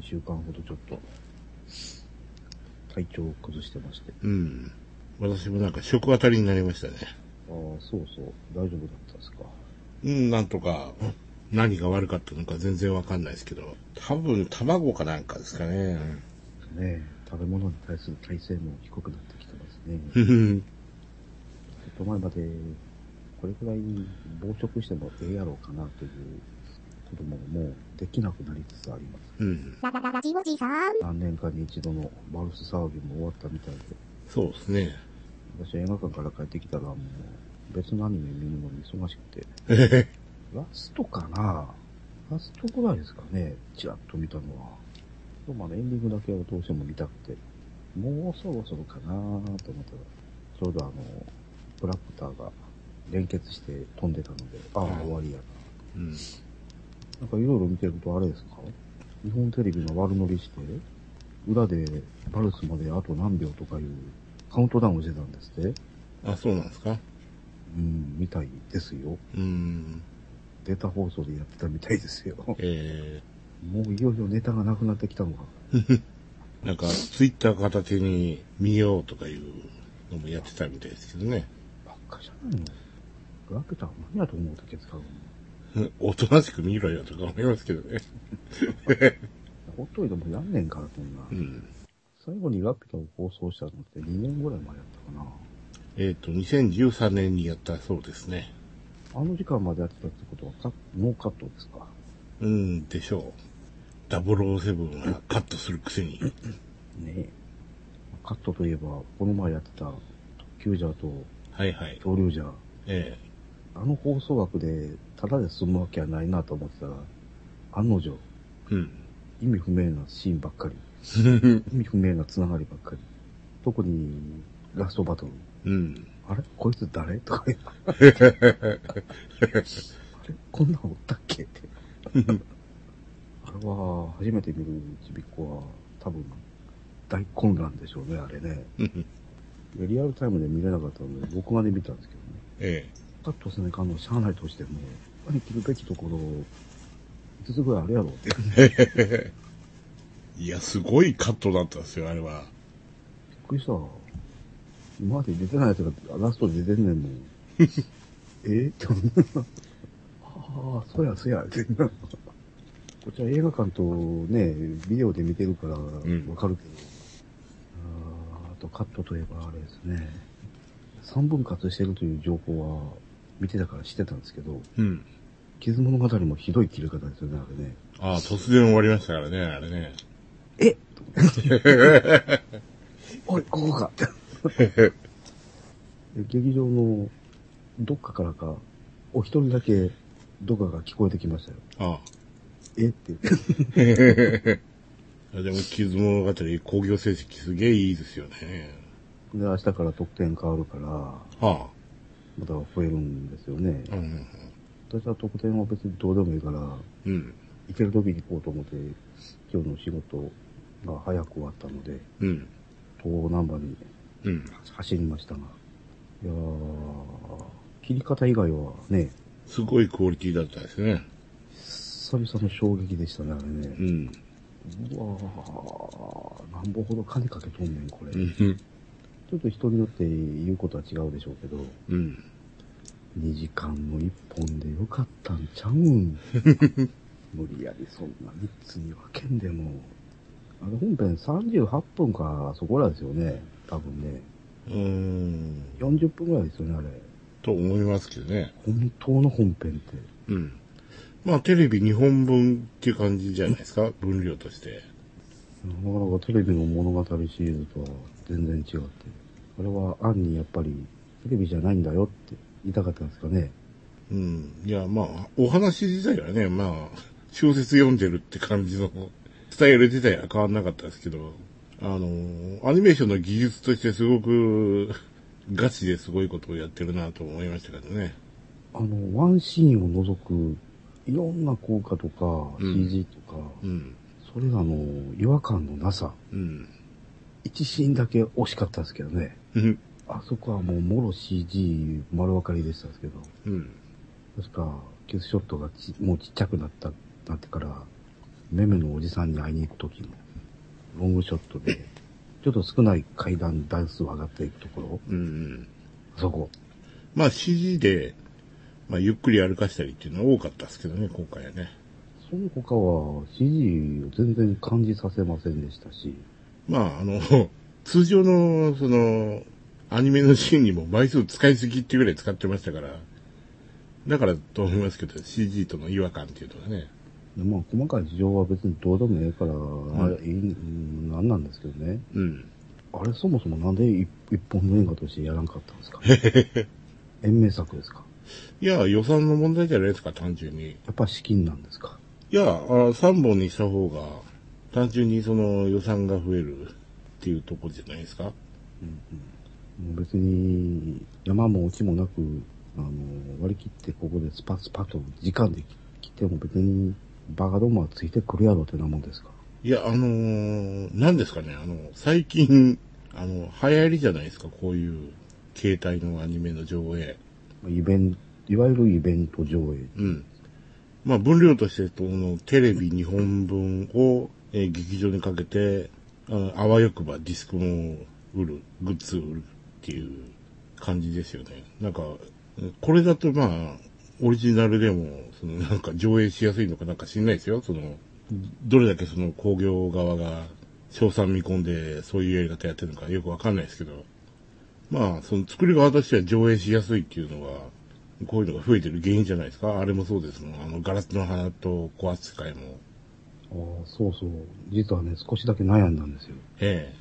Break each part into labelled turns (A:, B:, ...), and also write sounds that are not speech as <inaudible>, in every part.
A: 週間ほどちょっと、体調を崩してまして。
B: うん。私もなんか食当たりになりましたね。
A: ああ、そうそう、大丈夫だったんですか。
B: うん、なんとか、何が悪かったのか全然わかんないですけど、多分卵かなんかですかね。
A: ねえ食べ物に対する耐性も低くなってきてますね。
B: ふふん
A: ちょっと前まで、これくらい暴食してもええやろうかなということももうできなくなりつつあります。
B: うん。
C: ララララジオジさん。
A: 何年間に一度のバルス騒ぎも終わったみたいで、
B: そうですね。 <laughs>
A: 私は映画館から帰ってきたらもう別のアニメ見るのに忙しくて、ラストかなラストぐらいですかね、ちらっと見たのは。今日までエンディングだけをどうしても見たくて、もうそろそろかなと思ったら、ちょうどあの、ブラックターが連結して飛んでたので、ああ、終わりやな。
B: うん。
A: なんかいろいろ見てるとあれですか日本テレビが悪乗りして、裏でバルスまであと何秒とかいうカウントダウンをしてたんですって
B: あ、そうなんですか
A: うん、みたいですよ。
B: うん。
A: データ放送でやってたみたいですよ。も
B: え
A: ういよいよネタがなくなってきたのか。
B: ー、なんか、ツイッター片手に見ようとかいうのもやってたみたいですけどね。 <laughs>
A: ばっかじゃないのラピュタは何やと思うとき使うの
B: うんおとなしく見ろよとか思いますけどね。
A: ほっといてもやんねんから、そんな。
B: うん。
A: 最後にラピュタを放送したのって2年ぐらい前やったかな。
B: えっ、と、2013年にやったそうですね。
A: あの時間までやってたってことはカットノーカットですか
B: うん、でしょう。007はカットするくせに。
A: ねえ。カットといえば、この前やってた、特急ジャーと
B: はいはい。
A: 恐竜ジャー。
B: え
A: あの放送枠で、ただで済むわけはないなと思ってたら、案の定、
B: えうん。
A: 意味不明なシーンばっかり。意味不明な繋がりばっかり。特に、ラストバトル。
B: うん。
A: あれこいつ誰とか言うあれこんなんおったっけって。あれは、初めて見るちびっこは、多分、大混乱でしょうね、あれね。でリアルタイムで見れなかったので、僕まで見たんですけどね。
B: ええ
A: カットせないかんのしゃあないとしても、やっぱり切るべきところ、5つぐらいあるやろって。びっ
B: いや、すごいカットだったんですよ、あれは。
A: くりした。今まで出てないやつがラストで出てんねんもん。えって思う。ああ、そやそや、って。こっちは映画館とね、ビデオで見てるからわ
B: ん
A: かるけど、あーあとカットといえばあれですね、三分割してるという情報は見てたから知ってたんですけど、
B: うん。
A: 傷物語もひどい切り方ですよね、あれね。
B: ああ、突然終わりましたからね、あれね。
A: えおい、ここ <laughs> か。劇場のどっかからか、お一人だけどっかが聞こえてきましたよ。
B: あ
A: えって。
B: あ。でも、傷物語、興行成績すげえいいですよね。
A: で、明日から得点変わるから、ま
B: あ
A: た増えるんですよね
B: あ。。うん。
A: 私は得点は別にどうでもいいから、
B: うん。
A: 行ける時に行こうと思って、今日の仕事が早く終わったので、
B: うん。
A: 東南波に
B: うん。
A: 走りましたが、いやー、切り方以外はね、
B: すごいクオリティだったですね。
A: 久々の衝撃でしたね、あれ
B: う
A: ね。
B: ん。
A: うわー、なんぼほど金かけとんねん、これ。ち
B: うん。
A: ょっと人によって言うことは違うでしょうけど、
B: うん。
A: 2時間の1本でよかったんちゃうん。無理やりそんな3つに分けんでも。あれ本編38分か、そこらですよね。多分ね。
B: うーん。
A: 40分ぐらいですよね、あれ。
B: と思いますけどね。
A: 本当の本編って。
B: うん。まあ、テレビ2本分っていう感じじゃないですか、分量として。
A: なかなかテレビの物語シリーズとは全然違って。あれは暗にやっぱりテレビじゃないんだよって言いたかったんですかね。
B: うん。いや、まあ、お話自体はね、まあ、小説読んでるって感じの <laughs> スタイル自体は変わんなかったですけど、あのー、アニメーションの技術としてすごく、 <laughs> ガチですごいことをやってるなと思いましたけどね。
A: あの、ワンシーンを除くいろんな効果とか
B: うん
A: CG とか、
B: うん。
A: それらの違和感のなさ。
B: うん。
A: 一シーンだけ惜しかったですけどね。
B: うん。
A: あそこはもうもろ CG 丸分かりでしたですけど。
B: うん。
A: 確か、キスショットがちもうちっちゃくなった、なってから、メムのおじさんに会いに行くときの、ロングショットで、ちょっと少ない階段段数を上がっていくところ、
B: うんうん。
A: あそこ。
B: まあ CG で、まあゆっくり歩かしたりっていうのは多かったですけどね、今回はね。
A: その他は CG を全然感じさせませんでしたし、
B: まああの、 <laughs> 通常の、その、アニメのシーンにも倍数使いすぎっていうぐらい使ってましたから、だからと思いますけど、CG との違和感っていうのがね。
A: でまあ細かい事情は別にどうでもええから、あれいいうん、なんなんですけどね。
B: うん。
A: あれそもそもなんで一一本の映画としてやらんかったんですか <laughs> 延命作ですか
B: いや、予算の問題じゃないですか、単純に。
A: やっぱ資金なんですか
B: いや、あ3本にした方が、単純にその予算が増えるっていうとこじゃないですか。
A: もう別に山も落ちもなく、あの、割り切ってここでスパスパと時間で切っても別にバカどもはついてくるやろってなもんですか
B: いや、あのー、何ですかね、あの、最近、あの、流行りじゃないですか、こういう、携帯のアニメの上映。
A: イベント、いわゆるイベント上映。
B: うん。まあ、分量として、その、テレビ2本分を、えー劇場にかけて、あのあわよくばディスクも売る、グッズ売るっていう感じですよね。なんか、うんこれだとまあ、オリジナルでも、その、なんか上映しやすいのかなんか知んないですよ。その、どれだけその工業側が、賞賛見込んで、そういうやり方やってるのかよくわかんないですけど、まあ、その作り側としては上映しやすいっていうのは、こういうのが増えてる原因じゃないですか。あれもそうですもん。あの、ガラスの花と小扱いも。
A: ああ、そうそう。実はね、少しだけ悩んだんですよ。
B: え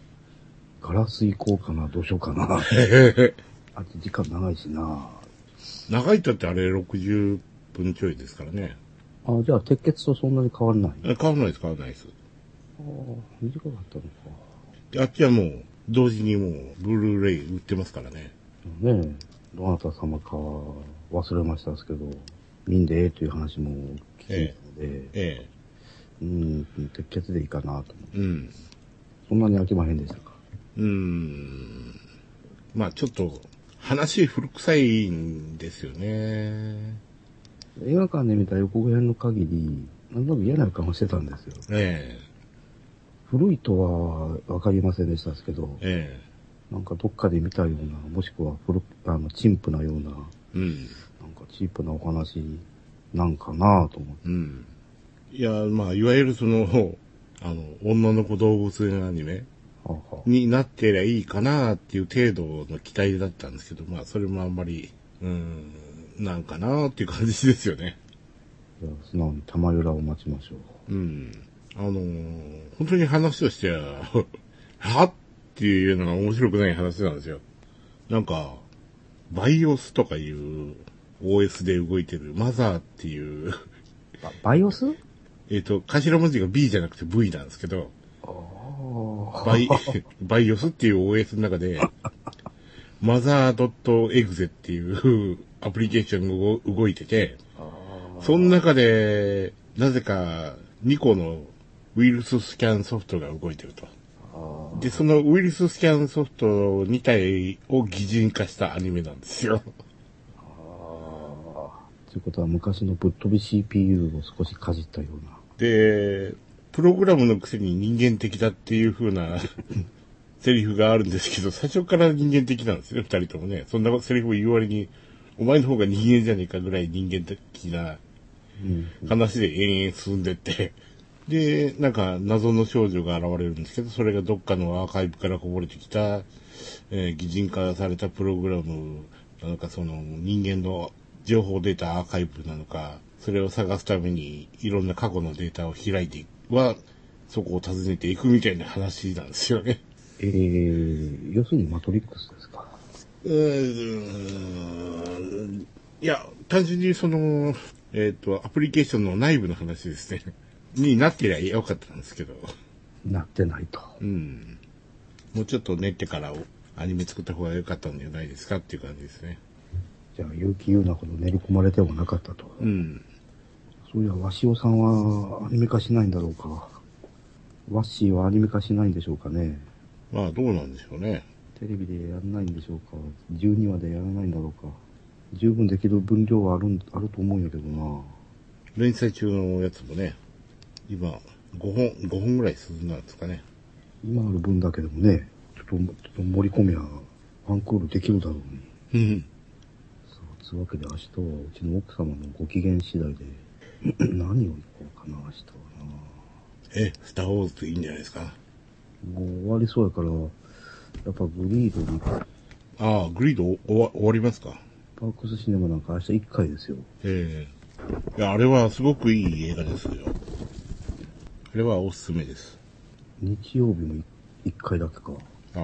A: ガラス行こうかな、どうしようか
B: <laughs>
A: な。
B: え。
A: あっち時間長いしな。
B: 長いったってあれ60分ちょいですからね。
A: あじゃあ、鉄血とそんなに変わらない。あ
B: え買わないです、買わないです。
A: あ、短かったのか。
B: であっちはもう、同時にもう、ブルーレイ売ってますからね。
A: ねえ、どなた様かは忘れましたですけど、見んでええという話も聞いたので、
B: え
A: うん、鉄血でいいかなと思って。
B: え。うん。
A: そんなに飽きまへんでしたか。
B: うーん。まあちょっと、話古臭いんですよね。
A: 映画館で見た予告編の限り、なんとなく嫌な顔してたんですよ。
B: え
A: 古いとはわかりませんでしたですけど
B: え。、え
A: なんかどっかで見たような、もしくは古く、あの、陳腐なような、
B: え。うん。
A: なんかチープなお話なんかなぁと思って。
B: うん。いや、まあ、いわゆるその、あの、女の子動物園アニメ
A: はあはあ
B: になってりゃいいかなっていう程度の期待だったんですけど、まあ、それもあんまり、うーん、なんかなっていう感じですよね。
A: じゃあ、素直に玉浦を待ちましょう。
B: うん。あのー本当に話としては、 <laughs> はっていうのが面白くない話なんですよ。なんか、バイオスとかいう OS で動いてるマザーっていう、
A: ババイオス
B: えっと、頭文字が B じゃなくて V なんですけど、
A: ああ。
B: バイ、 <laughs> バイオスっていう OS の中で、マザー .exe っていうアプリケーションが動いてて、その中で、なぜか2個のウイルススキャンソフトが動いてると。
A: あ
B: で、そのウイルススキャンソフト2体を擬人化したアニメなんですよ。
A: あ。ということは昔のぶっ飛び CPU を少しかじったような。
B: で、プログラムのくせに人間的だっていう風なセリフがあるんですけど、最初から人間的なんですよ、二人ともね。そんなセリフを言う割に、お前の方が人間じゃねえかぐらい人間的な
A: うん。
B: 話で延々進んでって。 <laughs> で、なんか謎の少女が現れるんですけど、それがどっかのアーカイブからこぼれてきた、えー擬人化されたプログラムなのか、その人間の情報データアーカイブなのか、それを探すためにいろんな過去のデータを開いては、そこを訪ねていくみたいな話なんですよね。
A: えー、要するにマトリックスですか。
B: うーんいや、単純にその、えっ、と、アプリケーションの内部の話ですね。 <laughs> になってりゃよかったんですけど。
A: なってないと。
B: うん。もうちょっと練ってからアニメ作った方が良かったんじゃないですかっていう感じですね。
A: じゃあ、結城優奈ほど練り込まれてはなかったと。
B: うん。
A: そういや、わしおさんはアニメ化しないんだろうか。わっしーはアニメ化しないんでしょうかね。
B: まあ、どうなんでしょうね。
A: テレビでやらないんでしょうか。12話でやらないんだろうか。十分できる分量はあるん、あると思うんやけどな。
B: 連載中のやつもね、今、 5本、五本ぐらい進んだんですかね。
A: 今ある分だけでもね、ちょっと、ちょっと盛り込みゃ、ファンクールできるだろうに。
B: うん。
A: そう、つうわけで明日はうちの奥様のご機嫌次第で、 <clears throat> 何を行こうかな、明日はな。
B: え、スターウォーズでいいんじゃないですか。
A: もう終わりそうやから、やっぱグリードに、パ
B: ああ、グリードお終わ終わりますか。
A: ークスシネマなんか明日1回ですよ。
B: ええいや、あれはすごくいい映画ですよ。あれはおすすめです。
A: 日曜日も1回だけか。
B: ああ。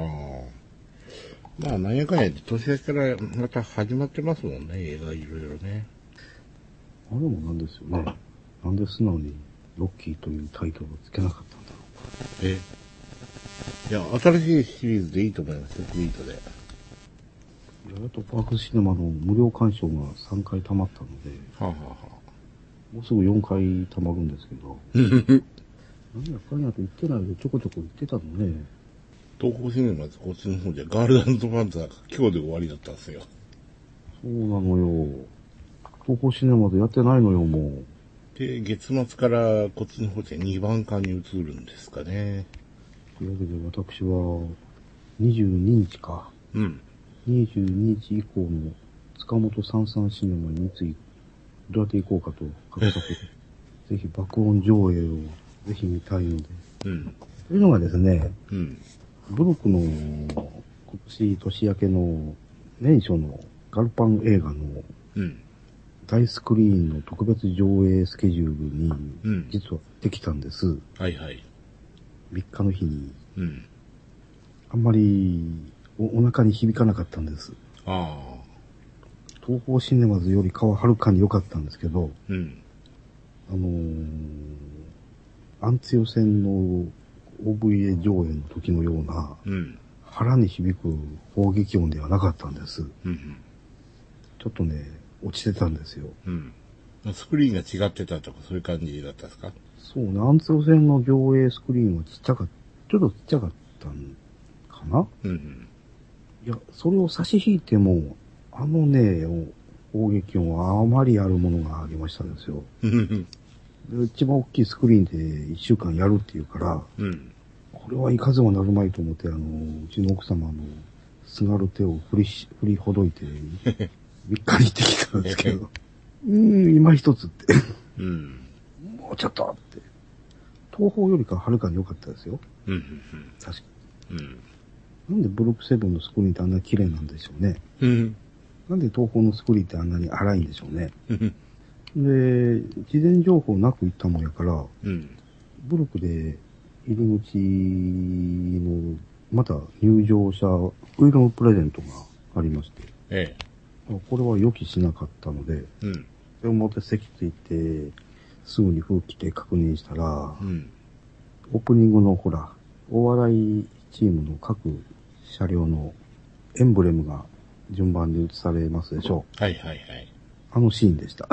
B: まあ、なんやかんやで年明けからまた始まってますもんね、映画いろいろね。
A: あれもなんですよね。なんで素直にロッキーというタイトルをつけなかったんだろ
B: えいや、新しいシリーズでいいと思いますよ、グリードで。
A: う。やっとパークスシネマの無料鑑賞が3回溜まったので、
B: はあ、はあはあ、
A: もうすぐ4回溜まるんですけど。何やかんやと言ってないでちょこちょこ言ってたのね。
B: 東宝シネマズこっちの方じゃガールズパンツァーが今日で終わりだったんですよ。
A: そうなのよ。東宝シネマでやってないのよ、もう。
B: で、月末からこっちの方じゃ2番館に移るんですかね。
A: というわけで私は、22日か。
B: うん。
A: 22日以降の塚本三三シネマについて、どうやって行こうかと考えたこと、ぜひ爆音上映をぜひ見たいので。
B: うん。
A: というのがですね、
B: うん。
A: ブロックの今年年明けの年初のガルパン映画の
B: うん。
A: 大スクリーンの特別上映スケジュールに
B: うん、
A: 実はできたんです。
B: はいはい。
A: 3日の日に。
B: うん。
A: あんまりおお腹に響かなかったんです。
B: ああ。
A: 東宝シネマズよりかははるかに良かったんですけど、
B: うん。
A: あのー、アンツヨ戦の OVA 上映の時のような
B: うん。
A: 腹に響く砲撃音ではなかったんです。
B: うん。
A: ちょっとね、落ちてたんですよ。
B: うん。スクリーンが違ってたとかそういう感じだったんですか
A: そうね、アンツヨ戦の上映スクリーンはちっちゃかちょっとちっちゃかったんかな
B: うん。
A: いや、それを差し引いても、あのね、砲撃音はあまりあるものがありましたんですよ。
B: うん。
A: で一番大きいスクリーンで1週間やるっていうから、
B: うん。
A: これはいかずもなるまいと思って、あの、うちの奥様のすがる手を振りし、振りほどいて、びっかりってきたんですけど、うーん、今一つって、
B: うん。
A: もうちょっとって。東方よりかはるかに良かったですよ。
B: うん。
A: 確か
B: うん。
A: なんでブロックセブンのスクリーンってあんな綺麗なんでしょうね。
B: うん。
A: なんで東方のスクリーンってあんなに荒いんでしょうね。
B: うん。
A: で、事前情報なく行ったもんやから、
B: うん。
A: ブロックで入り口の、また入場者、ウイロンプレゼントがありまして、
B: え
A: あこれは予期しなかったので、
B: え。うん。
A: でもって席ついて、すぐに風来て確認したら
B: う、ん。
A: オープニングのほら、お笑いチームの各車両のエンブレムが順番に映されますでしょ
B: はいはいはい。
A: う。あのシーンでした。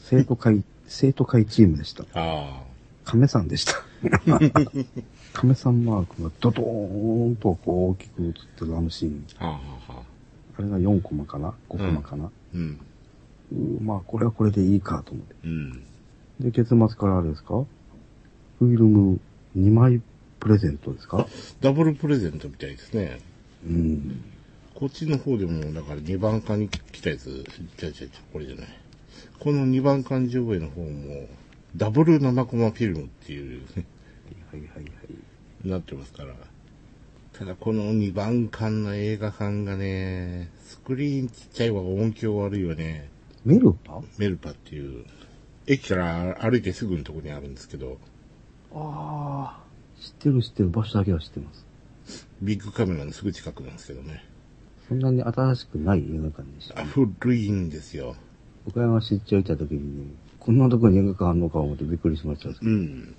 A: 生徒会、生徒会チームでした。
B: ああ。
A: 亀さんでした。 <laughs> 亀さんマークがドドーンとこう大きく映ってるあのシーン。
B: はあはあはあ。
A: あれが4コマかな ?5 コマかな、
B: うん。
A: うーまあこれはこれでいいかと思って。
B: うん。
A: で、月末からあれですかフィルム2枚プレゼントですか
B: ダブルプレゼントみたいですね。
A: うん。
B: こっちの方でも、だから2番館に来たやつ、ちゃちゃちゃ、これじゃない。この2番館上映の方も、ダブル生コマフィルムっていう、
A: はいはいはいはい。
B: なってますから。ただこの2番館の映画館がね、スクリーンちっちゃいわ音響悪いよね。
A: メルパ
B: メルパっていう、駅から歩いてすぐのとこにあるんですけど、
A: ああ。知ってる知ってる場所だけは知ってます。
B: ビッグカメラのすぐ近くなんですけどね。
A: そんなに新しくない映画館で <laughs> した、
B: あ
A: ね。
B: 古いんですよ。
A: 岡山出張行った時にね、こんなとこに映画館あんのか思ってびっくりしました。
B: うん。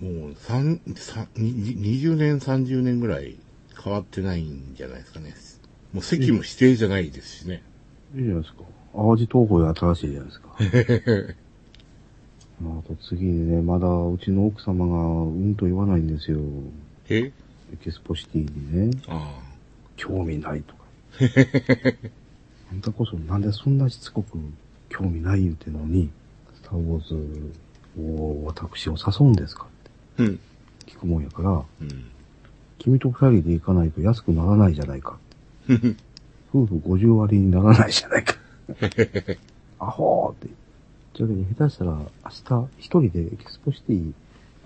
B: もう、三、三、二20年、30年ぐらい変わってないんじゃないですかね。もう席も指定じゃないですしね。
A: いいじゃないですか。淡路東宝で新しいじゃないですか。あと次ね、まだうちの奥様がうんと言わないんですよ。
B: え
A: エキスポシティにね、
B: あ
A: 興味ないとか。あんたこそなんでそんなしつこく興味ない言うてんのに、スターウォーズおー私を誘うんですか
B: うん。
A: って聞くもんやから、
B: うん。
A: 君と二人で行かないと安くならないじゃないか。夫婦50割にならないじゃないか。 <laughs> アホーって。じゃあね、下手したら明日一人でエキスポシティ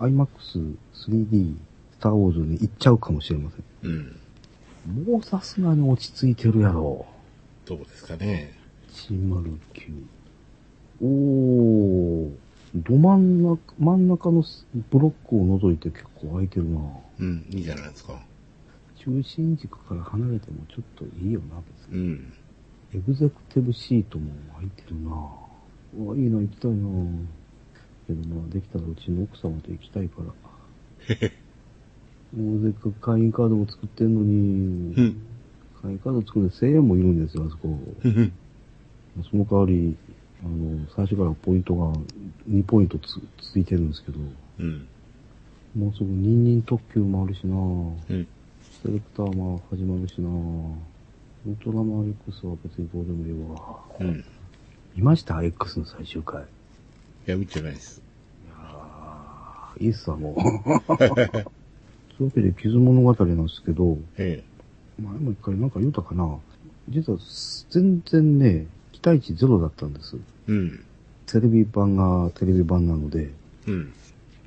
A: IMAX3D スターウォーズに行っちゃうかもしれません。
B: うん。
A: もうさすがに落ち着いてるやろ。
B: どうですかね。
A: 109。おー。ど真ん中、真ん中のブロックを除いて結構空いてるな
B: うん。いいじゃないですか。
A: 中心軸から離れてもちょっといいよな、別に。
B: うん。
A: エグゼクティブシートも空いてるなぁ。うわ、いいな、行きたいなぁ。けどまあ、できたらうちの奥様と行きたい
B: <laughs>
A: から。もうせっかく会員カードも作ってんの
B: う
A: に
B: ん、
A: 会員カード作るの1000円もいるんですよ、あそこ。
B: うん。
A: その代わり、あの、最初からポイントが2ポイントつついてるんですけど、
B: うん。
A: もうすぐ任人特急もあるしなぁ。
B: うん。
A: セレクターも始まるしなぁ。ウルトラマン X は別にどうでもいいわ。
B: うん。
A: 見ました ?X の最終回。い
B: いや、見てないです。
A: やーいいっすわ、もう。そういうわけで、傷物語なんですけど、
B: え
A: 前も一回なんか言うたかな。実は、全然ね、期待値ゼロだったんです。
B: え。うん。
A: テレビ版がテレビ版なので、
B: うん。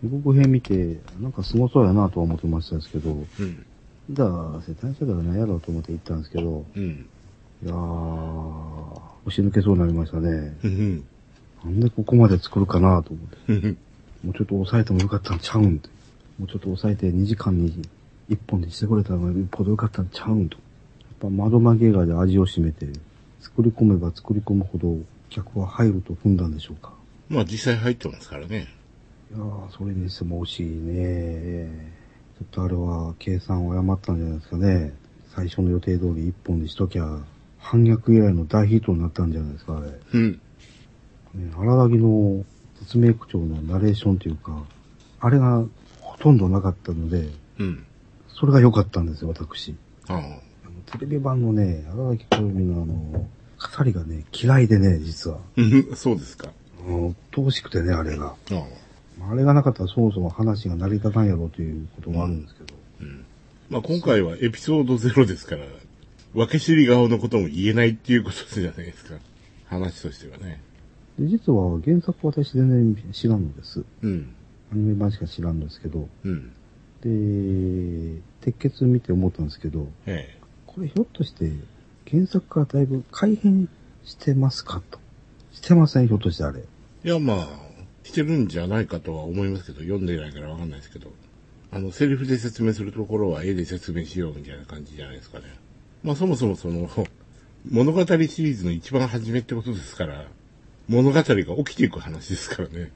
A: 予告編見て、なんかすごそうやなとは思ってましたんですけど、
B: うん。
A: だ、世帯者から何やろうと思って行ったんですけど、
B: うん。
A: いやー、押し抜けそうになりましたね。
B: うん。
A: なんでここまで作るかなと思って。
B: うん。
A: もうちょっと抑えてもよかったんちゃうんって。もうちょっと抑えて2時間に1本でしてくれたのが1本でよかったんちゃうんと。やっぱ窓曲げがで味を占めて、作り込めば作り込むほど客は入ると踏んだんでしょうか。
B: まあ実際入ってますからね。
A: いやー、それにしても惜しいね。ちょっとあれは計算を誤ったんじゃないですかね。最初の予定通り1本にしときゃ、反逆以来の大ヒットになったんじゃないですか、あれ。
B: うん。
A: ね、荒垣の説明口調のナレーションというか、あれがほとんどなかったので、
B: うん。
A: それが良かったんですよ、私。
B: ああ。
A: あのテレビ版のね、荒垣小みのあの、語りがね、嫌いでね、実は。
B: うん。そうですか。
A: うん、鬱陶しくてね、あれが。
B: ああ。
A: まああれがなかったらそもそも話が成り立たんやろということもあるんですけど。
B: うん。まあ今回はエピソードゼロですから、分け知り側のことも言えないっていうことじゃないですか。話としてはね。
A: で、実は原作私全然知らんのです。
B: うん。
A: アニメ版しか知らんのですけど。
B: うん。
A: で、鉄血見て思ったんですけど、
B: ええ。
A: これひょっとして、原作からだいぶ改変してますかと。してません、ひょっとしてあれ。
B: いや、まあ、してるんじゃないかとは思いますけど、読んでないからわかんないですけど、あの、セリフで説明するところは絵で説明しようみたいな感じじゃないですかね。まあ、そもそもその、 <laughs> 物語シリーズの一番初めってことですから、物語が起きていく話ですからね。
A: そうい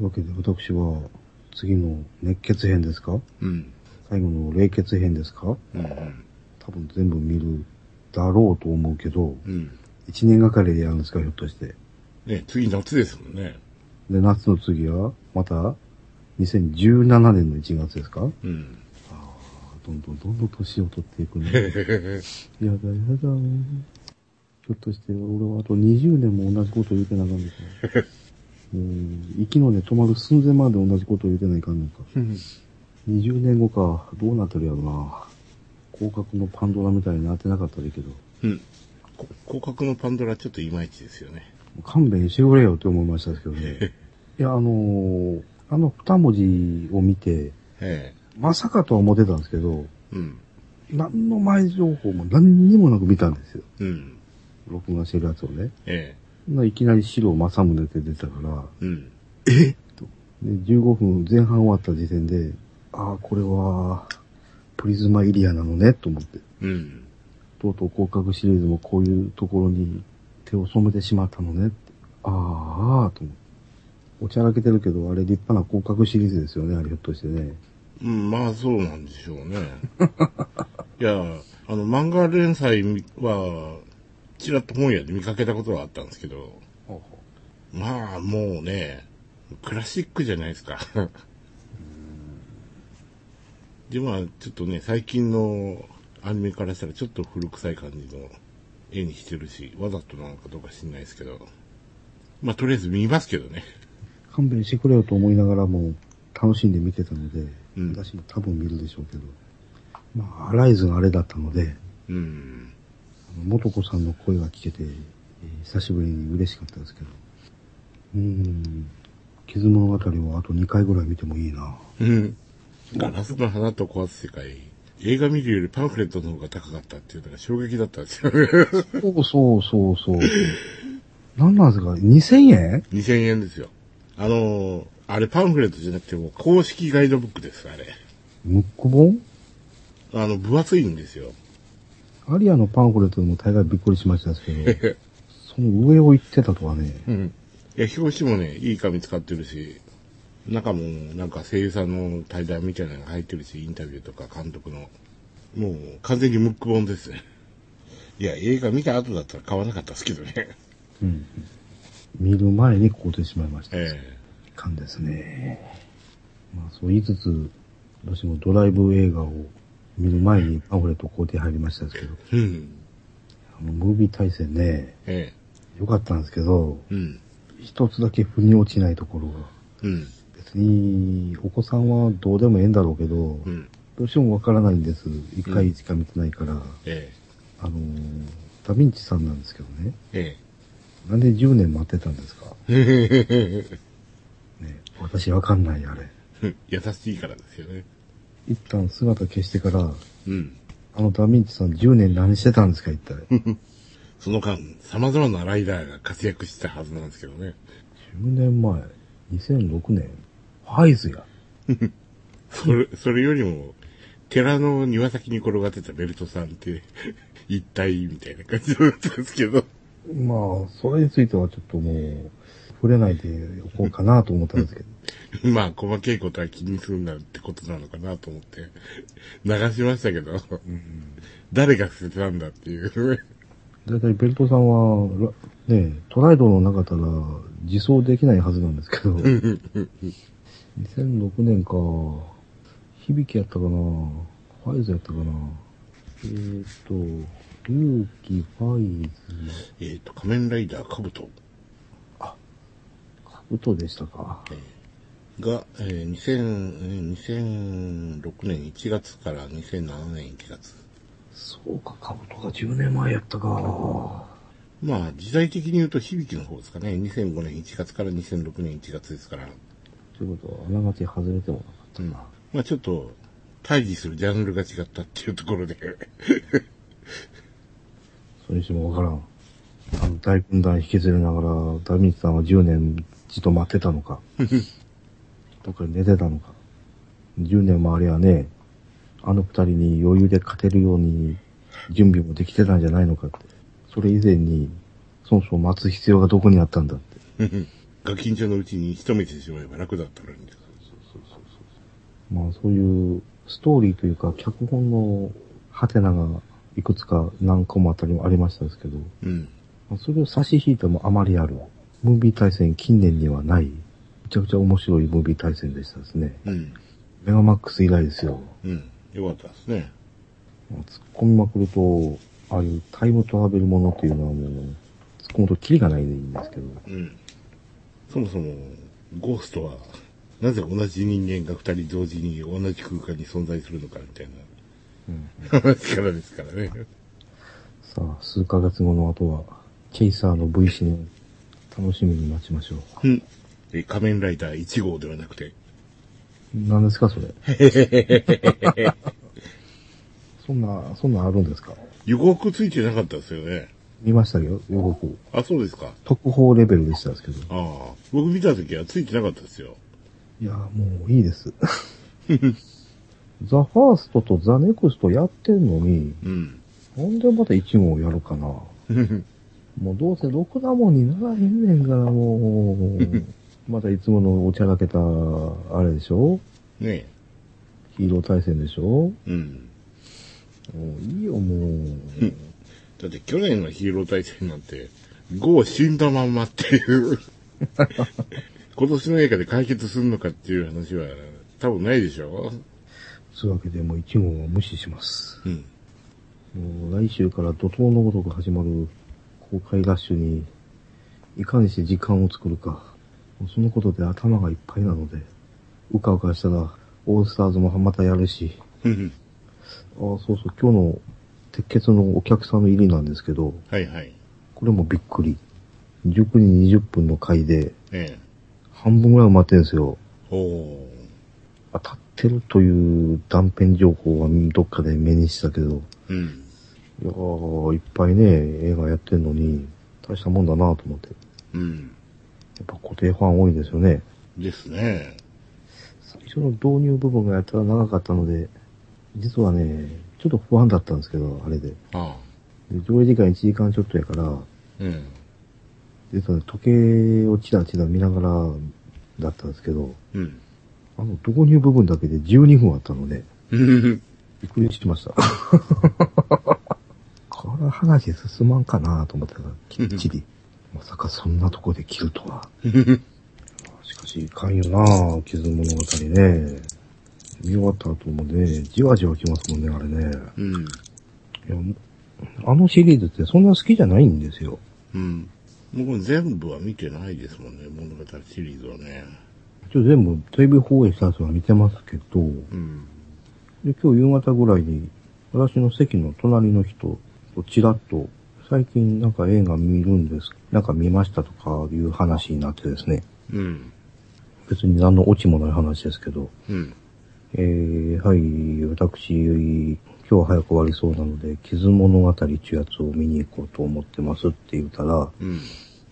A: うわけで私は、次の熱血編ですか
B: うん。
A: 最後の冷血編ですか
B: うん、うん。
A: 多分全部見るだろうと思うけど、
B: うん。
A: 一年がかりでやるんですか、ひょっとして。
B: ね、次夏ですもんね。
A: で、夏の次は、また、2017年の1月ですか
B: うん。
A: どんどんどんどん年を取っていくね。やだ <laughs> やだ。ひょっとして俺はあと20年も同じこと言うてなあかんのか。うん、息の根止まる寸前まで同じこと言うてないかんのか。20年後か、どうなってるやろな。広角のパンドラみたいになってなかったらいいけど、も
B: うん。こ広角のパンドラちょっといまいちですよね。
A: う勘弁してくれよって思いましたけど
B: <laughs>
A: ね。いや、あのーあの二文字を見て、
B: え
A: まさかとは思ってたんですけど、
B: え。うん。
A: 何の前情報も何にもなく見たんですよ。
B: うん。
A: 録画してるやつをね。
B: え
A: いきなり白正宗って出たから、
B: え。うん。
A: で15分前半終わった時点で、ああ、これは、プリズマイリアなのね、と思って。
B: うん。
A: とうとう広角シリーズもこういうところに手を染めてしまったのねって。あーあー、と思って。おちゃらけてるけど、あれ立派な広角シリーズですよね、あれひょっとしてね。
B: うん、まあそうなんでしょうね。 <laughs> いや、あの、漫画連載は、ちらっと本屋で見かけたことはあったんですけど、まあもうね、クラシックじゃないですか。 <laughs> で、まあちょっとね、最近のアニメからしたらちょっと古臭い感じの絵にしてるし、わざとなのかどうか知んないですけど、まあとりあえず見ますけどね。
A: 勘弁してくれよと思いながらも、楽しんで見てたので、
B: うん
A: 私も多分見るでしょうけど、まあ、アライズがあれだったので、
B: うん。
A: あの元子さんの声が聞けて、えー久しぶりに嬉しかったですけど。うーん。傷物語をあと2回ぐらい見てもいいな。
B: うん。ガラスの花と壊す世界。映画見るよりパンフレットの方が高かったっていうのが衝撃だったんです <laughs> よね。
A: そうそうそうそう。なんなんですか ?2000 円
B: 2000円ですよ。あのー、あれパンフレットじゃなくてもう公式ガイドブックです、あれ。
A: ムック本
B: あの、分厚いんですよ。
A: アリアのパンフレットでも大概びっくりしましたです <laughs> けど、その上を行ってたとはね、
B: うん。いや、表紙もね、いい紙使ってるし、中もなんか声優さんの対談みたいなのが入ってるし、インタビューとか監督の。もう完全にムック本ですね。いや、映画見た後だったら買わなかったですけどね。
A: うん。見る前にこうてしまいました。
B: <laughs> え
A: 感ですね。まあそう言いつつ、私もドライブ映画を見る前にパンフレット工程入りましたですけど、
B: えうん。
A: あのムービー対戦ね、
B: え
A: 良かったんですけど、
B: え。うん。
A: 一つだけ腑に落ちないところが、
B: うん。
A: 別にお子さんはどうでもええんだろうけど
B: う、ん。
A: どうしてもわからないんです。一回しか見てないから、
B: え
A: あのー、ダヴィンチさんなんですけどね。
B: え。え
A: なんで10年待ってたん <laughs> ですか
B: え。
A: ね、私わかんない、あれ。
B: <laughs> 優しいからですよね。
A: 一旦姿消してから、
B: うん。
A: あのダヴィンチさん10年何してたんですか、一体。10
B: その間、様々なライダーが活躍したはずなんですけどね。
A: 年前、2006年、ファイズや。
B: それ、それよりも、寺の庭先に転がってたベルトさんって、 <laughs> 一体みたいな感じだったんですけど。
A: まあ、それについてはちょっともう、触れないでおこうかなと思ったんですけど。 <laughs>
B: まあ、細けいことは気にするなってことなのかなと思って、流しましたけど、誰が捨てたんだっていう。
A: だいたいベルトさんは、らねえ、トライドの中から自走できないはずなんですけど、2006年か、響きやったかな、ファイズやったかな、えっ、ー、と、龍騎ファイズ、
B: <laughs> えっと、仮面ライダーカブト
A: カブトでしたか。
B: が、えー2000えー2006年1月から2007年1月。
A: そうか、カブトが10年前やったか。
B: まあ、時代的に言うと響きの方ですかね。2005年1月から2006年1月ですから。
A: ということは、あながち外れてもなかったな。
B: まあちょっと、対峙するジャンルが違ったっていうところで。 <laughs>
A: それにしてもわからん。あの、大軍団引きずりながら、ダミンさんは10年じっと待ってたのか。どっかで寝てたのか。10年もあれはね、あの二人に余裕で勝てるように準備もできてたんじゃないのかって。それ以前に、そもそも待つ必要がどこにあったんだって。
B: が緊張のうちに仕留めてしまえば楽だったのに。
A: まあそういうストーリーというか、脚本のハテナがいくつか何個もあたりもありましたですけど、
B: うん。
A: まあそれを差し引いてもあまりある。ムービー対戦近年にはない、めちゃくちゃ面白いムービー対戦でしたですね。
B: うん。
A: メガマックス以来ですよ。
B: うん。よかったですね。
A: まあ突っ込みまくると、ああいうタイムトラベルものっていうのはもう、突っ込むとキリがないんですけど、
B: うん。そもそも、ゴーストは、なぜ同じ人間が二人同時に同じ空間に存在するのかみたいな話からですからね。
A: さあ、数ヶ月後の後は、チェイサーの V シネ、楽しみに待ちましょう。
B: うん。え仮面ライダー1号ではなくて、
A: 何ですか、それ。 <laughs> そんな、そんなんあるんですか
B: 予告ついてなかったですよね。
A: 見ましたよ、予告。
B: あ、そうですか。
A: 特報レベルでしたですけど。
B: ああ。僕見た時はついてなかったですよ。
A: いやー、もういいです。 <laughs> ザ・ファーストとザ・ネクストやってんのに、
B: うん。
A: なんでまた1号やるかな。もうどうせろくなもんにならへんねんから、もう。またいつものおちゃらけた、あれでしょ
B: ね
A: ヒーロー対戦でしょも
B: え。うん。
A: ういいよ、もう。
B: だって去年のヒーロー対戦なんて、ゴー死んだまんまっていう。今年の映画で解決するのかっていう話は多分ないでしょ
A: つうわけでもう1号は無視します。
B: うん。
A: もう来週から怒涛のごとく始まる公開ラッシュに、いかにして時間を作るか。もうそのことで頭がいっぱいなので、うかうかしたら、オールスターズもまたやるし、
B: うん
A: あそうそう、今日の鉄血のお客さんの入りなんですけど、
B: はいはい。
A: これもびっくり。19時20分の回で、
B: ええ。
A: 半分ぐらい埋まってるんですよ。
B: おー。
A: 当たってるという断片情報はどっかで目にしたけど、
B: うん。
A: いやー、いっぱいね、映画やってんのに、大したもんだなと思って。
B: うん。
A: やっぱ固定ファン多いんですよね。
B: ですね。
A: 最初の導入部分がやったら長かったので、実はね、ちょっと不安だったんですけど、あれで。で
B: ああ。
A: 上映時間1時間ちょっとやから、
B: うん。
A: 実はね、時計をチラチラ見ながらだったんですけど、
B: うん。
A: あの導入部分だけで12分あったので、
B: うん。
A: びっくりしました。これは話進まんかなと思ってたら、きっちり。まさかそんなとこで切るとは。しかし、いかんよなぁ、傷物語ね。見終わった後もね、じわじわきますもんね、あれね。
B: うん。
A: いや、あのシリーズってそんな好きじゃないんですよ。
B: うん。僕全部は見てないですもんね、物語シリーズはね。
A: 一応全部テレビ放映したやつは見てますけど、
B: うん。
A: で、今日夕方ぐらいに、私の席の隣の人とちらっと、最近なんか映画見るんです、なんか見ましたとかいう話になってですね、
B: うん。
A: 別に何のオチもない話ですけど、
B: うん。
A: えー、はい、私、今日は早く終わりそうなので、傷物語っていうやつを見に行こうと思ってますって言ったら、
B: うん。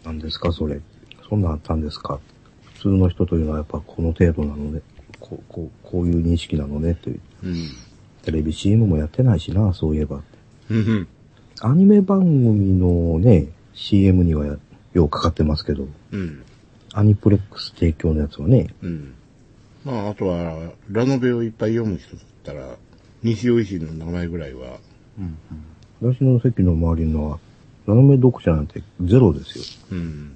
A: 何ですかそれ。そんなんあったんですか普通の人というのはやっぱこの程度なのね。こう、こう、こういう認識なのねという。
B: うん。
A: テレビ CM もやってないしな、そういえば。
B: うん。
A: アニメ番組のね、CM にはようかかってますけど、
B: うん。
A: アニプレックス提供のやつはね、
B: うん。まあ、あとは、ラノベをいっぱい読む人だったら、西尾維新の名前ぐらいは、
A: 私の席の周りのは、ラノベ読者なんてゼロですよ。
B: うん。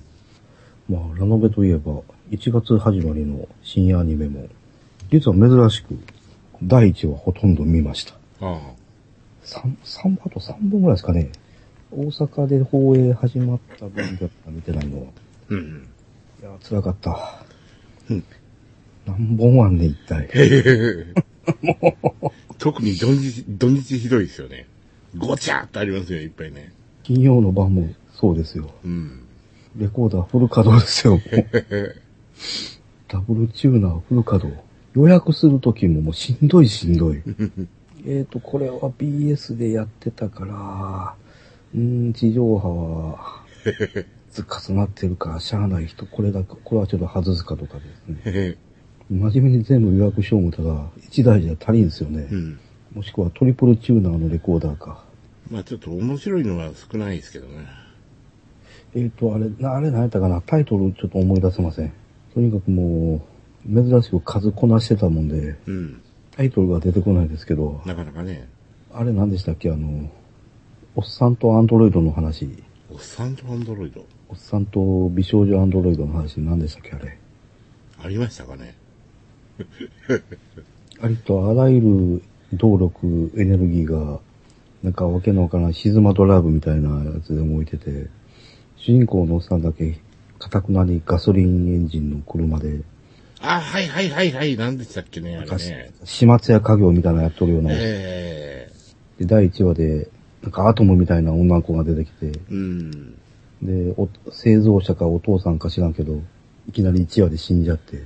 A: まあ、ラノベといえば、1月始まりの深夜アニメも、実は珍しく、第1話ほとんど見ました。
B: ああ。
A: 3、三あと3本ぐらいですかね。大阪で放映始まった分だった見てないのは。
B: うん。
A: いや、辛かった。
B: うん。
A: 何本あんねん、一体。
B: へへへ。特に土日、土日ひどいですよね。ごちゃっとありますよ、いっぱいね。
A: 金曜の晩もそうですよ。
B: うん。
A: レコーダーフル稼働ですよ。もうダブルチューナーフル稼働。予約するときももうしんどいしんどい。 <laughs> えーと、これは BS でやってたから、うーん、地上波は、ずっか重なってるから、しゃあない人、これだけ、これはちょっと外すかとかですね。
B: へへ。
A: 真面目に全部予約しよう思ったら、1台じゃ足りんですよね。
B: うん。
A: もしくはトリプルチューナーのレコーダーか。
B: まあちょっと面白いのは少ないですけどね。
A: えっ、と、あれ、なあれ何やったかなタイトルちょっと思い出せません。とにかくもう、珍しく数こなしてたもんで、
B: うん。
A: タイトルが出てこないですけど、
B: なかなかね、
A: あれ何でしたっけあの、おっさんとアンドロイドの話、
B: おっさんとアンドロイド、
A: おっさんと美少女アンドロイドの話何でしたっけあれ。
B: ありましたかね。
A: ありとあらゆる動力、エネルギーが、なんかわけのわからないシズマドライブみたいなやつで動いてて、主人公のおっさんだけ、かたくなにガソリンエンジンの車で、
B: あ、はいはいはいはい、何でしたっけね、あ
A: なん
B: れ
A: か
B: ね。
A: 始末や家業みたいなのやっとるような、
B: え
A: で第1話で、なんかアトムみたいな女の子が出てきて、
B: えうん。
A: で、お製造者かお父さんか知らんけど、いきなり1話で死んじゃって、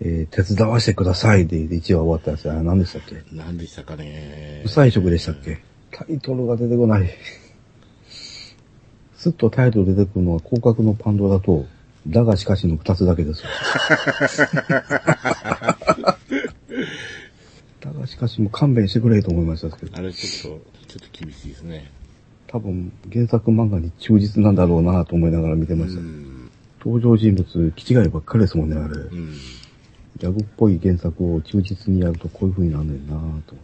A: えー手伝わせてくださいで、で1話終わったんですよ。あれ何でしたっけ
B: 何でしたかね。
A: 不彩色でしたっけタイトルが出てこない。 <laughs> すっとタイトル出てくるのは広角のパンドラと、だがしかしの二つだけですよ。 <laughs> だがしかしも勘弁してくれと思いましたけど、
B: あれちょっと、ちょっと厳しいですね。
A: 多分原作漫画に忠実なんだろうなと思いながら見て
B: う
A: ました。
B: ん。
A: 登場人物、気違いばっかりですもんね、あれ。
B: うん。
A: ギャグっぽい原作を忠実にやるとこういう風になんねんなと思って。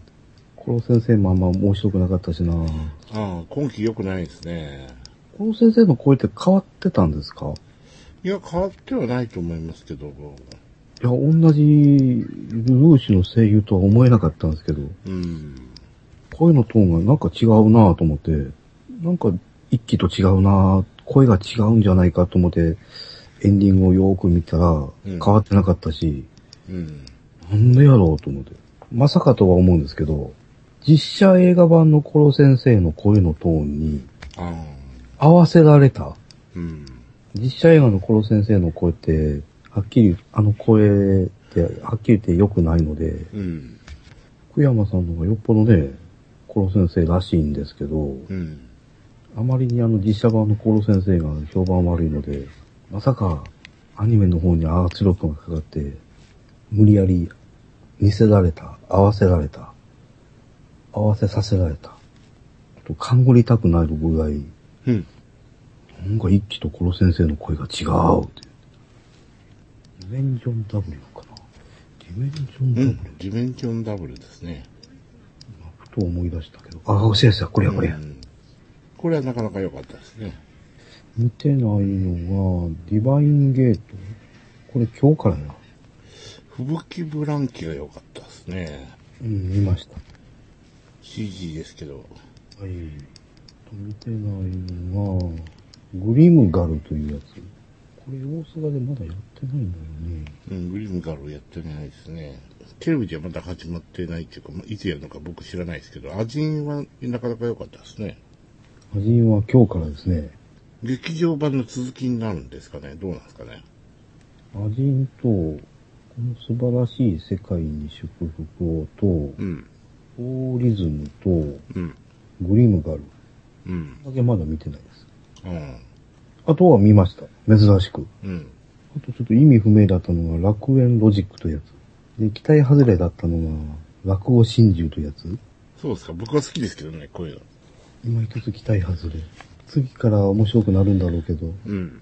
A: この先生もあんま面白くなかったしな
B: ああ、今季良くないですね。
A: この先生の声って変わってたんですか
B: いや、変わってはないと思いますけ
A: い
B: ど。
A: や、同じルーシュの声優とは思えなかったんですけど、
B: うん。
A: 声のトーンがなんか違うなぁと思って、なんか一気と違うなぁ、声が違うんじゃないかと思って、エンディングをよーく見たら、変わってなかったし、
B: うん。
A: なんでやろうと思って。まさかとは思うんですけど、実写映画版のコロ先生の声のトーンに
B: ああ。
A: 合わせられた。
B: うん。
A: 実写映画のコロ先生の声って、はっきり、あの声って、はっきり言って良くないので、
B: うん。
A: 福山さんの方がよっぽどね、コロ先生らしいんですけど、
B: うん。
A: あまりにあの実写版のコロ先生が評判悪いので、まさかアニメの方に圧力がかかって、無理やり見せられた、合わせられた、合わせさせられた、と勘ぐりたくなるぐらい、
B: うん。
A: なんか一気とコロ先生の声が違うって。ディメンジョン W かなディメンジョン
B: う
A: W、
B: ん。ディメンションダブルですね。
A: ふと思い出したけど、あ、そうやそうや、これやこれや
B: う。んこれはなかなか良かったですね。
A: 見てないのが、ディバインゲートこれ今日からやな。
B: 吹雪ブランキが良かったですね。
A: うん、見ました。
B: CG ですけど。
A: はい。見てないのが、グリムガルというやつ。これ大阪でまだやってないんだよね。
B: うん、グリムガルやってないですね。テレビじゃまだ始まってないっていうか、まあいつやるのか僕知らないですけど、アジンはなかなか良かったですね。
A: アジンは今日からですね。
B: 劇場版の続きになるんですかねどうなんですかね
A: アジンと、この素晴らしい世界に祝福をと、
B: うん、
A: オーリズムと、
B: うん、
A: グリムガル。
B: うん、
A: だけまだ見てないです。
B: うん、
A: あとは見ました。珍しく。
B: うん、
A: あとちょっと意味不明だったのが楽園ロジックというやつ。で、期待外れだったのが落語真珠というやつ。
B: そうですか僕は好きですけどね、こういうの。
A: 今一つ期待外れ。次から面白くなるんだろうけど、
B: うん、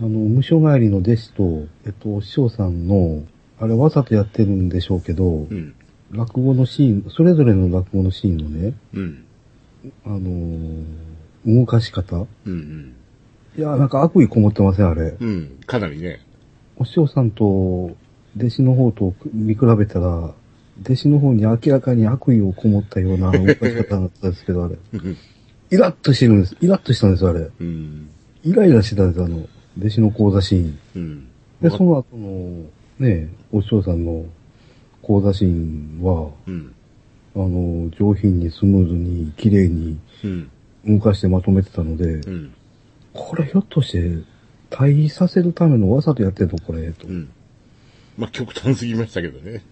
A: あの、無償帰りの弟子と、えっと、師匠さんの、あれわざとやってるんでしょうけど
B: う、ん、
A: 落語のシーン、それぞれの落語のシーンのね、
B: うん、
A: あのー動かし方。
B: うん、
A: いやー、なんか悪意こもってません、あれ。
B: うん、うん、かなりね。
A: お師匠さんと弟子の方と見比べたら、弟子の方に明らかに悪意をこもったよう
B: <laughs>
A: な動かし方だったんですけど、あれ。イラッとしてるんです。イラッとしたんです、あれ。
B: うん、
A: イライラしてたんです、あの、弟子の講座シーン。
B: うん。
A: で、その後の、ね、お師匠さんの講座シーンは、
B: うん、
A: あの、上品にスムーズに、綺麗に、
B: うん、
A: 動かしてまとめてたので
B: う、ん、
A: これひょっとして、退避させるためのわざとやってんのこれ、と
B: う。ん。まあ、極端すぎましたけどね。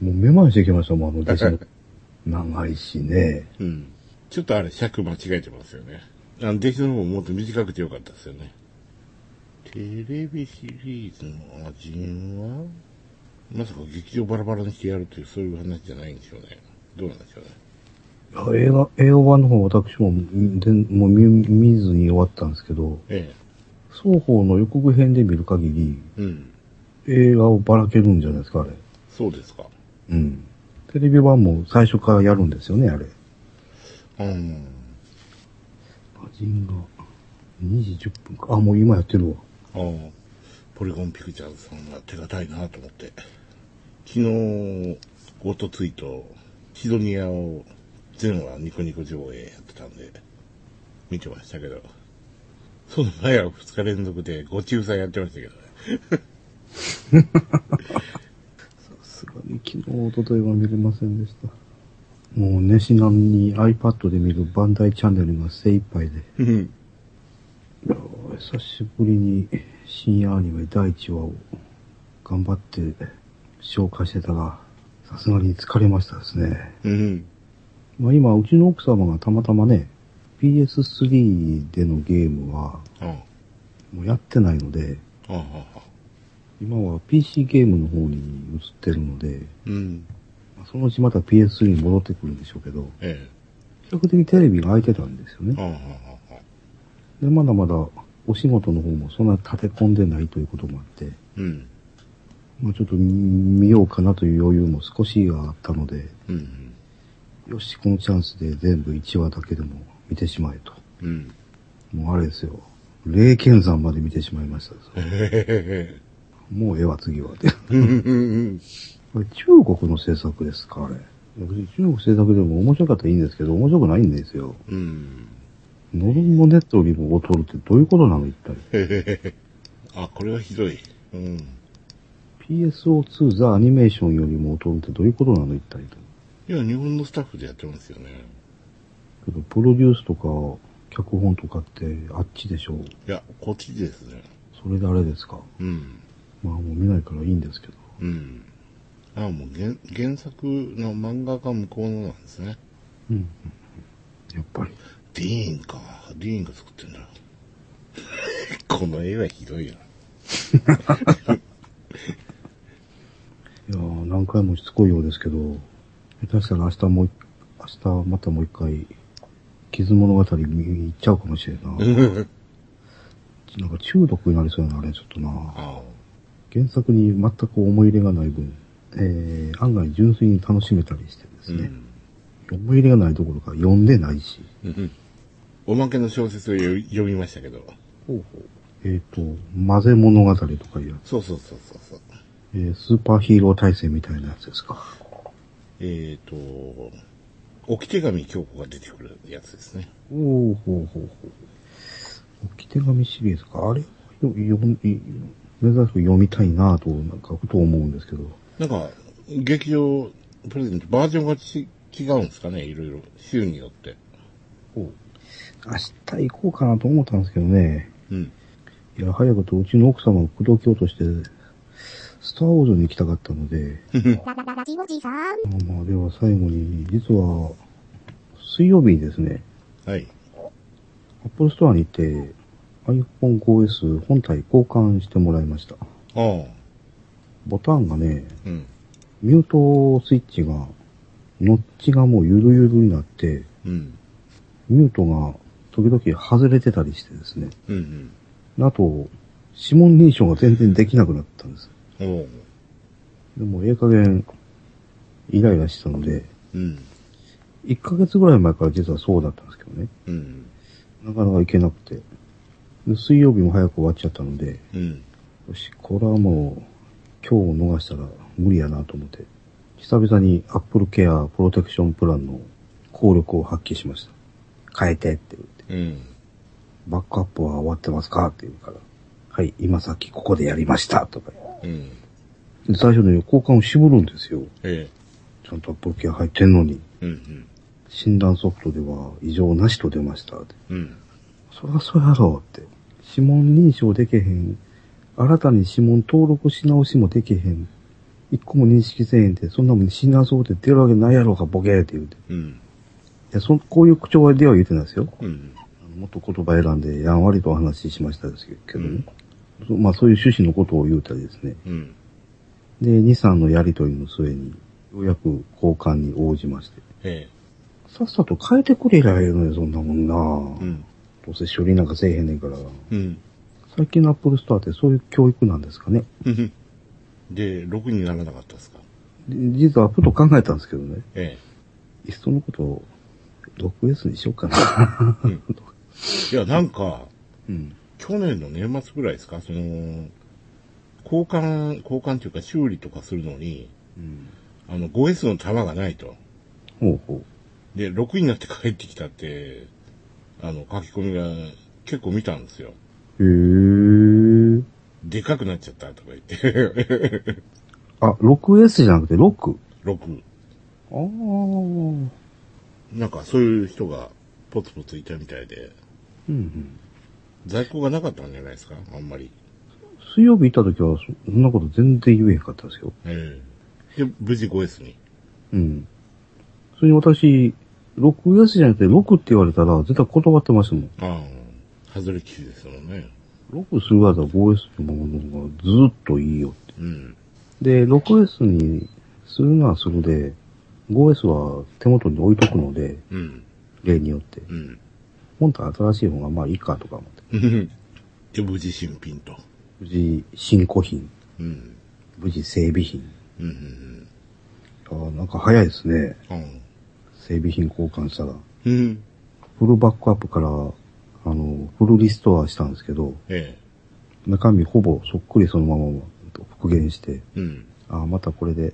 A: もうめまいしてきましたもん、あの弟子 <laughs> の。長いしね。
B: うん。ちょっとあれ、尺間違えてますよね。あの、弟子の方ももっと短くてよかったですよね。テレビシリーズの味はまさか劇場バラバラにしてやるという、そういう話じゃないんでしょうね。どうなんでしょうね。
A: いや映画、映画版の方私も見でもう見見ずに終わったんですけど、
B: え
A: 双方の予告編で見る限り、
B: え。うん。
A: 映画をばらけるんじゃないですか、あれ。
B: そうですか。
A: うん。テレビ版も最初からやるんですよね、あれ。
B: うん。
A: マジンが2時10分か。あ、もう今やってるわ。
B: ああ。ポリゴンピクチャーズさんは手堅いなと思って。昨日、ゴートツイート、シドニアを全話ニコニコ上映やってたんで、見てましたけど。その前は2日連続でご中さんやってましたけどね。
A: さすがに昨日、一昨日は見れませんでした。もう熱心なのに iPad で見るバンダイチャンネルが精一杯で。
B: うん。
A: いやー久しぶりに深夜アニメ第1話を頑張って消化してたが、さすがに疲れましたですね。
B: うん。
A: まあ今、うちの奥様がたまたまね、PS3 でのゲームは
B: あ
A: もうやってないので、
B: あ。ああ。
A: 今は PC ゲームの方に移ってるので、
B: うん。
A: まあそのうちまた PS3 に戻ってくるんでしょうけど、
B: え
A: 比較的テレビが空いてたんですよ
B: え。あ
A: ね。
B: あ。ああ。
A: で、まだまだお仕事の方もそんな立て込んでないということもあって、
B: うん。
A: まあ、ちょっと見ようかなという余裕も少しはあったので、
B: うん。
A: よし、このチャンスで全部1話だけでも見てしまえと。
B: うん。
A: もうあれですよ。霊剣山まで見てしまいましたです。
B: へへ
A: もうええわ、次は。で
B: へへ。うん。
A: これ中国の制作ですか、あれ。いや別に中国制作でも面白かったらいいんですけど、面白くないんですよ。
B: うん。
A: うノルモネットよりも劣るってどういうことなの一体。
B: あ、これはひどい。うん。
A: PSO2 ザアニメーションよりも劣るってどういうことなの一体。
B: いや、日本のスタッフでやってますよね。
A: けど、プロデュースとか、脚本とかってあっちでしょう。
B: いや、こっちですね。
A: それであれですか。
B: うん。
A: まあもう見ないからいいんですけど。
B: うん。あもう原原作の漫画が向こうのなんですね。
A: うん。やっぱり。
B: ディーンか。ディーンが作ってんだ。 <laughs> この絵はひどいな。
A: いやー何回もしつこいようですけど、下手したら明日もう、明日またもう一回、傷物語見に行っちゃうかもしれんな。 <laughs> なんか中毒になりそうやな、あれ、ちょっとな。
B: あ
A: 原作に全く思い入れがない分、えー、案外純粋に楽しめたりしてですね、思い入れがないどころか読んでないし、
B: うん。おまけの小説を読み読みましたけど。
A: えっ、と、混ぜ物語とかいうやつ、
B: そうそうそうそうそう。
A: えースーパーヒーロー体制みたいなやつですか。
B: えっ、と、置き手紙京子が出てくるやつですね。
A: おおほうほうほう。置き手紙シリーズか。あれよ読み、珍しく読みたいなぁと、なんか、ふと思うんですけど。
B: なんか、劇場プレゼント、バージョンがち違うんですかね、いろいろ。週によって。
A: 明日行こうかなと思ったんですけどね。
B: うん。
A: いや、早くとうちの奥様を口説き落として、スターウォーズに行きたかったので、
C: ララララジオジさん。
A: まあまあ、では最後に、実は、水曜日にですね、
B: はい。
A: アップルストアに行って、iPhone 5S 本体交換してもらいました。
B: ああ。
A: ボタンがね、
B: うん。
A: ミュートスイッチが、ノッチがもうゆるゆるになって、
B: うん。
A: ミュートが時々外れてたりしてですね。
B: うん。
A: あと、指紋認証が全然できなくなったんです。
B: うん。おう。
A: でも、ええ加減、イライラしてたので、
B: うん。
A: 1ヶ月ぐらい前から実はそうだったんですけどね。
B: うん。
A: なかなか行けなくて。で水曜日も早く終わっちゃったので、
B: うん。
A: よし、これはもう、今日逃したら無理やなと思って、久々に Apple Care プロテクションプランの効力を発揮しました。変えてって言って、
B: うん。
A: バックアップは終わってますかって言うから、はい、今さっきここでやりましたとか言
B: うん。
A: うで最初の交換を絞るんですよ。
B: え
A: ちゃんと Apple Care 入ってんのに。
B: え。うん。
A: 診断ソフトでは異常なしと出ましたって。
B: うん。うん。
A: そりゃそうやろうって。指紋認証でけへん。新たに指紋登録し直しもでけへん。一個も認識せえへんって、そんなもん診断そうって出るわけないやろうか、ボケーって言うて。い
B: うん。
A: や、そん、こういう口調では言ってないですよ。
B: うん。
A: あのもっと言葉選んで、やんわりとお話ししましたですけどね。そまあ、そういう趣旨のことを言うたりですね。
B: うん。
A: で、2、3のやりとりの末に、ようやく交換に応じまして。
B: え
A: さっさと変えてくれりゃええのよ、そんなもんな、
B: え。うん。
A: どうせ処理なんかせえへんねんから。
B: うん。
A: 最近のアップルストアってそういう教育なんですかね。
B: うん。で、6にならなかったですか
A: で実はふと考えたんですけどね、
B: え
A: いっそのことを 6S にしようかな。
B: え。うん。いや、なんか、
A: <laughs> うん。
B: 去年の年末ぐらいですかその、交換、交換というか修理とかするのに、
A: うん。
B: あの、5S の玉がないと。
A: ほうほ
B: で、6になって帰ってきたって、あの、書き込みが結構見たんですよ。
A: う。へえ。
B: でかくなっちゃったとか言って。 <laughs>
A: あ、6S じゃなくて 6?
B: 6。
A: ああ。
B: なんかそういう人がポツポツいたみたいで、
A: うんうん。
B: 在庫がなかったんじゃないですかあんまり。
A: 水曜日行った時はそそんなこと全然言えへんかったですよ。
B: ええで、無事 5S に。
A: うん。それに私、6S じゃなくて6って言われたら絶対断ってましたもん。
B: ああ、外れ機種ですもんね。
A: 6するわざ 5S ってものがずっといいよって。
B: うん。
A: で、6S にするのはするで、5S は手元に置いとくので、
B: うん。
A: 例によって。
B: うん。
A: 本体新しい方がまあいいかとか思って。
B: で、無事新品と。
A: 無事、新古品。
B: うん。
A: 無事、整備品。
B: うんうん
A: ああ、なんか早いですね。
B: うん。うん。
A: 整備品交換したら。
B: うん。
A: フルバックアップから、あの、フルリストアしたんですけど、
B: え
A: 中身ほぼそっくりそのまま復元して、
B: え。うん。
A: ああ、またこれで、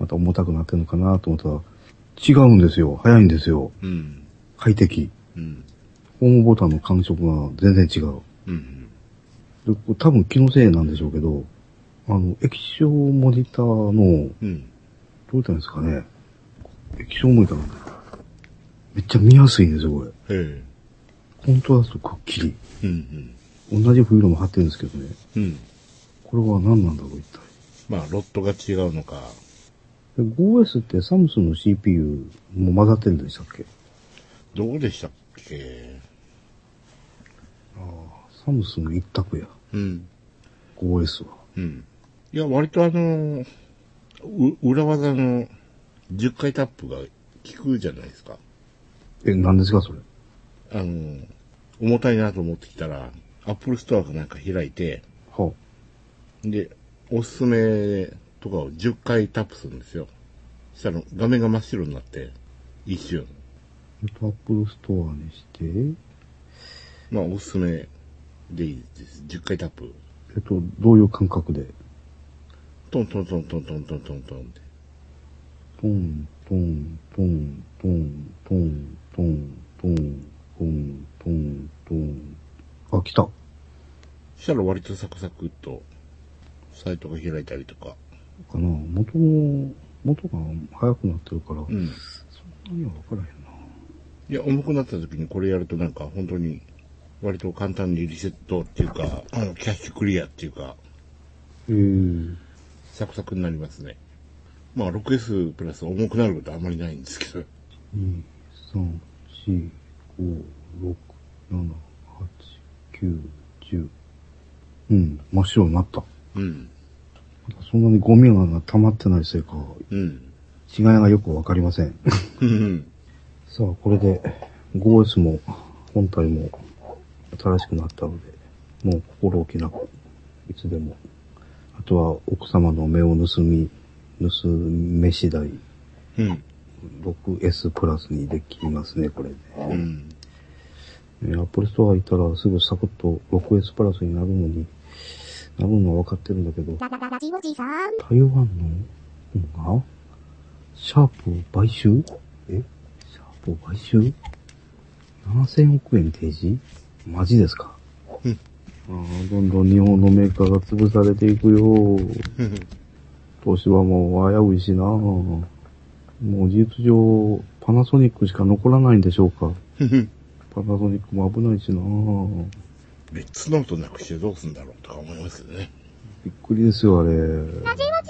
A: また重たくなってるのかなと思ったら、違うんですよ。早いんですよ。
B: うん。
A: 快適。
B: うん。
A: ホームボタンの感触が全然違う。
B: うん。
A: でこれ多分気のせいなんでしょうけど、あの、液晶モニターの、
B: うん。
A: どう言ったらいいんですかね。液晶モニターなんで、めっちゃ見やすいんですよ、これ。
B: へえ。
A: コントラストくっきり。
B: うん。
A: 同じフィルム貼ってるんですけどね。
B: うん。うん。
A: これは何なんだろう、一体。
B: まあ、ロットが違うのか。
A: で 5S ってサムスンの CPU も混ざってるんでしたっけ
B: どうでしたっけ
A: ああ、サムスン一択や。
B: うん。
A: 5S は。
B: うん。いや、割とあの、う裏技の10回タップが効くじゃないですか。
A: え、何ですか、それ。
B: あの、重たいなと思ってきたら、アップルストアかなんか開いて、
A: は
B: で、おすすめとかを10回タップするんですよ。そしたら画面が真っ白になって、一瞬。
A: えっと、アップルストアにして、
B: まあ、おすすめでいいです。10回タップ。
A: えっと、どういう感覚で、
B: トントントントントントントントンって。
A: トン、トン、トン、トン、トン、トン、トン、トン、トン、トン。あ、来た。
B: そしたら割とサクサクっと、サイトが開いたりとか。
A: かな元も、元が速くなってるから、そん
B: ん。
A: なには分からへんな。
B: いや、重くなった時にこれやるとなんか本当に、割と簡単にリセットっていうか、あの、キャッシュクリアっていうか、
A: えー、
B: サクサクになりますね。まあ、6S プラス重くなることはあんまりないんですけど。
A: 2、3、4、5、6、7、8、9、10。うん、真っ白になった。ま
B: うん。
A: だそんなにゴミが溜まってないせいか、
B: うん。
A: 違いがよくわかりません。
B: うん。
A: さあ、これで 5S も本体も新しくなったので、もう心置きなく、いつでも。あとは奥様の目を盗み、盗め次第、
B: うん。
A: 6S プラスにできますね、これで。
B: うん。
A: えーアップルストア行ったらすぐサクッと 6S プラスになるのに、なるのは分かってるんだけど、
C: ララララジオジさん。
A: 台湾の本が、シャープ買収えシャープ買収 ?7000 億円提示マジですか
B: うん
A: あーどんどん日本のメーカーが潰されていくよ。東芝も危ういしな。もう事実上、パナソニックしか残らないんでしょうか
B: <laughs>
A: パナソニックも危ないしな。
B: レッツノートなくしてどうすんだろうとか思いますけどね。
A: びっくりですよ、あれ。
C: ラジオ